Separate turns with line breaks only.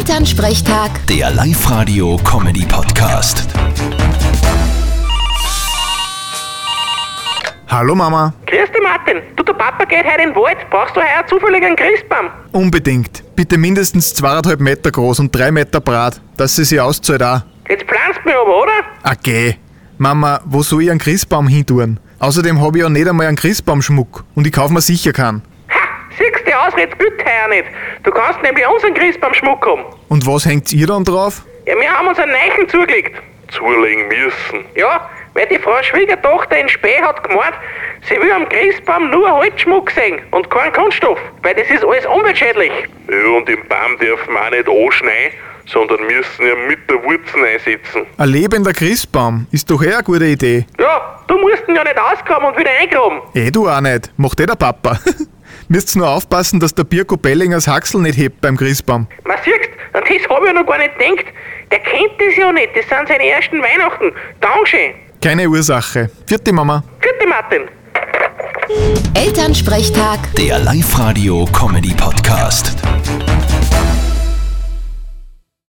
Elternsprechtag,
Der Live-Radio-Comedy-Podcast.
Hallo Mama,
Grüß dich, Martin. Du, der Papa geht heute in den Wald. Brauchst du heuer zufällig einen Christbaum?
unbedingt. Bitte mindestens zweieinhalb Meter groß und drei Meter breit, dass sie sich auszahlt auch.
Jetzt pflanzt mich aber, oder?
Okay. Mama, wo soll ich einen Christbaum hintun? Außerdem habe ich ja nicht einmal einen Christbaumschmuck und ich kaufe mir sicher keinen.
Ha! Siehst die Ausrede gilt heuer nicht. Du kannst nämlich unseren Christbaumschmuck haben.
Und was hängt ihr dann drauf?
Ja, wir haben uns einen Neichen zugelegt.
zulegen müssen.
Ja, weil die Frau Schwiegertochter in Spee hat gemeint, sie will am Christbaum nur Holzschmuck sehen und keinen Kunststoff, weil das ist alles umweltschädlich.
Ja, und den Baum dürfen wir auch nicht anschneiden, sondern müssen ihn mit der Wurzel einsetzen.
Ein lebender Christbaum ist doch eh eine gute Idee.
Ja, du musst ihn ja nicht ausgraben und wieder eingraben.
Eh du auch nicht, macht eh der Papa. Müsst nur aufpassen, dass der Birko Bellingers Haxel nicht hebt beim Christbaum.
Man siehst, an das habe ich noch gar nicht gedacht. Der kennt das ja nicht, das sind seine ersten Weihnachten. Dankeschön.
Keine Ursache. Vierte Mama.
Gute Martin.
Elternsprechtag.
Der Live-Radio-Comedy-Podcast.